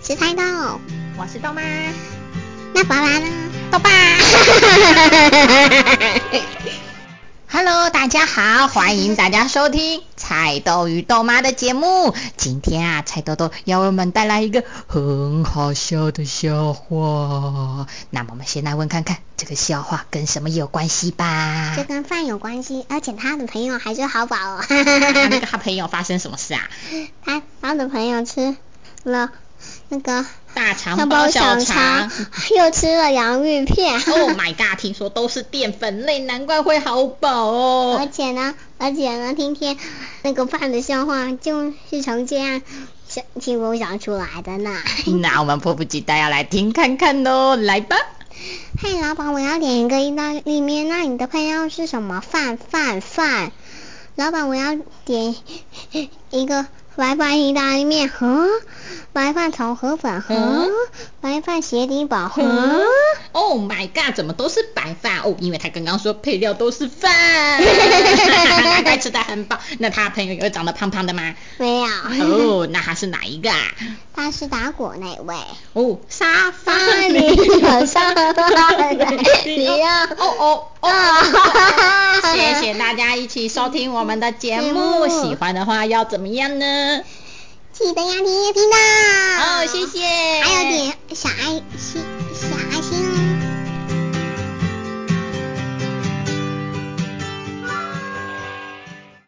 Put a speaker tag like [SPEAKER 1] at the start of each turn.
[SPEAKER 1] 是菜豆，
[SPEAKER 2] 我是豆妈，
[SPEAKER 1] 那爸爸呢？
[SPEAKER 2] 豆爸。Hello，大家好，欢迎大家收听菜豆与豆妈的节目。今天啊，菜豆豆要为我们带来一个很好笑的笑话。那么我们先来问看看这个笑话跟什么有关系 吧
[SPEAKER 1] 这？跟饭有关系，而且他的朋友还是好宝哦。
[SPEAKER 2] 那个他朋友发生什么事啊？
[SPEAKER 1] 他他的朋友吃了那个
[SPEAKER 2] 大肠包小 肠。
[SPEAKER 1] 又吃了洋芋 片。
[SPEAKER 2] Oh my god！听说都是淀粉类，难怪会好饱哦。
[SPEAKER 1] 而且呢，而且呢，今天那个饭的笑话就是从这样小屁股长出来的呢。
[SPEAKER 2] 那我们迫不及待要来听看看喽，来吧。
[SPEAKER 1] 嘿，老板，我要点一个意大利面，那你的配料是什么？饭饭饭。老板，我要点 一个白饭意大利面，哼，白饭炒河粉，哼
[SPEAKER 2] 嗯，
[SPEAKER 1] 白饭鞋底堡，
[SPEAKER 2] 嗯
[SPEAKER 1] 哼。
[SPEAKER 2] ，Oh my god！怎么都是白饭哦？因为他刚刚说配料都是 饭，该吃的很饱。那他朋友有长得胖胖的吗？
[SPEAKER 1] 没有，
[SPEAKER 2] 哦，那他是哪一个啊？
[SPEAKER 1] 他是打果那位。
[SPEAKER 2] 哦，沙发
[SPEAKER 1] 你有上饭的，你要
[SPEAKER 2] 哦哦哦
[SPEAKER 1] 啊
[SPEAKER 2] 哦！谢谢大家一起收听我们的节目，
[SPEAKER 1] 节目
[SPEAKER 2] 喜欢的话要怎么样呢？哦
[SPEAKER 1] 记得要订阅频道，哦